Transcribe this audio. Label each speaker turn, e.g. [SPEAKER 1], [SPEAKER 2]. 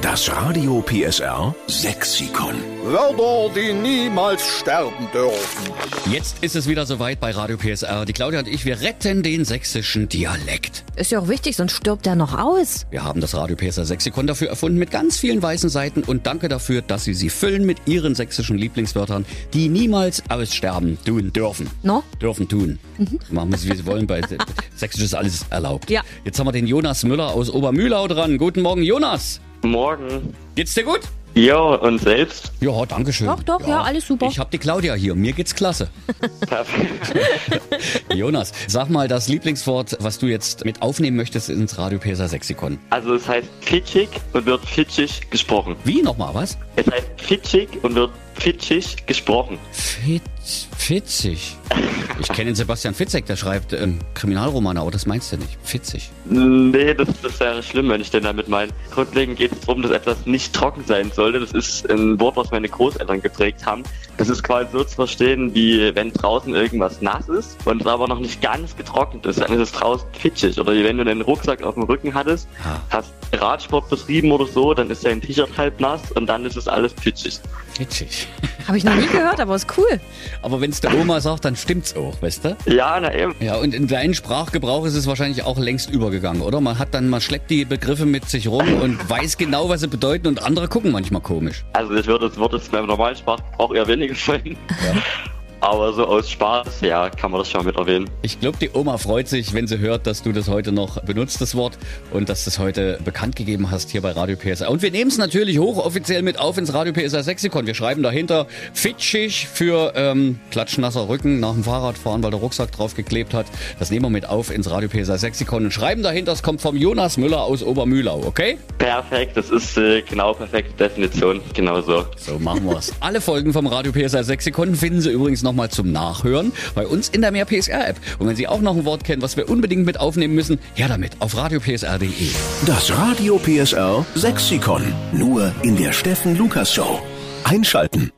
[SPEAKER 1] Das Radio PSR Sexikon.
[SPEAKER 2] Wörter, die niemals sterben dürfen.
[SPEAKER 3] Jetzt ist es wieder soweit bei Radio PSR. Die Claudia und ich, wir retten den sächsischen Dialekt.
[SPEAKER 4] Ist ja auch wichtig, sonst stirbt er noch aus.
[SPEAKER 3] Wir haben das Radio PSR Sexikon dafür erfunden mit ganz vielen weißen Seiten und danke dafür, dass Sie sie füllen mit Ihren sächsischen Lieblingswörtern, die niemals aussterben tun dürfen.
[SPEAKER 4] No?
[SPEAKER 3] Dürfen tun. Machen wir es, wie Sie wollen. Bei Sächsisch ist alles erlaubt.
[SPEAKER 4] Ja.
[SPEAKER 3] Jetzt haben wir den Jonas Müller aus Obermühlau dran. Guten Morgen, Jonas.
[SPEAKER 5] Morgen.
[SPEAKER 3] Geht's dir gut?
[SPEAKER 5] Jo, und selbst?
[SPEAKER 3] Ja, danke schön.
[SPEAKER 4] Doch, doch, ja, alles super.
[SPEAKER 3] Ich habe die Claudia hier. Mir geht's klasse.
[SPEAKER 5] Perfekt.
[SPEAKER 3] Jonas, sag mal das Lieblingswort, was du jetzt mit aufnehmen möchtest ins Radio PSA Sexikon.
[SPEAKER 5] Also es heißt fitschig und wird fitschig gesprochen.
[SPEAKER 3] Wie nochmal was?
[SPEAKER 5] Es heißt fitschig und wird fitschig gesprochen.
[SPEAKER 3] Fitz, Fitzig. Ich kenne den Sebastian Fitzek, der schreibt ähm, Kriminalromane, aber das meinst du nicht. Fitzig.
[SPEAKER 5] Nee, das, das wäre schlimm, wenn ich denn damit meine. Grundlegend geht es darum, dass etwas nicht trocken sein sollte. Das ist ein Wort, was meine Großeltern geprägt haben. Das ist quasi so zu verstehen, wie wenn draußen irgendwas nass ist und es aber noch nicht ganz getrocknet ist, dann ist es draußen fitschig. Oder wie wenn du einen Rucksack auf dem Rücken hattest,
[SPEAKER 3] Ah.
[SPEAKER 5] hast Radsport betrieben oder so, dann ist dein T-Shirt halb nass und dann ist es alles fitschig.
[SPEAKER 3] Fitzig.
[SPEAKER 4] Habe ich noch nie gehört, aber ist cool.
[SPEAKER 3] Aber wenn's der Oma sagt, dann stimmt's auch, weißt du?
[SPEAKER 5] Ja, na eben.
[SPEAKER 3] Ja, und in deinen Sprachgebrauch ist es wahrscheinlich auch längst übergegangen, oder? Man hat dann, man schleppt die Begriffe mit sich rum und weiß genau, was sie bedeuten und andere gucken manchmal komisch.
[SPEAKER 5] Also ich würde das Wort jetzt beim normalen Sprachgebrauch eher weniger verwenden. Aber so aus Spaß, ja, kann man das schon mit erwähnen.
[SPEAKER 3] Ich glaube, die Oma freut sich, wenn sie hört, dass du das heute noch benutzt, das Wort, und dass du es heute bekannt gegeben hast hier bei Radio PSA. Und wir nehmen es natürlich hochoffiziell mit auf ins Radio PSA Sexikon. Wir schreiben dahinter fitschig für ähm, klatschnasser Rücken nach dem Fahrradfahren, weil der Rucksack drauf geklebt hat. Das nehmen wir mit auf ins Radio PSA Sexikon und schreiben dahinter, es kommt vom Jonas Müller aus Obermühlau, okay?
[SPEAKER 5] Perfekt, das ist äh, genau perfekte Definition, genau so.
[SPEAKER 3] So machen wir's. Alle Folgen vom Radio PSR 6 Sekunden finden Sie übrigens nochmal zum Nachhören bei uns in der Mehr PSR App. Und wenn Sie auch noch ein Wort kennen, was wir unbedingt mit aufnehmen müssen, her damit auf radiopsr.de.
[SPEAKER 1] Das Radio PSR Sexikon. Nur in der Steffen Lukas Show. Einschalten.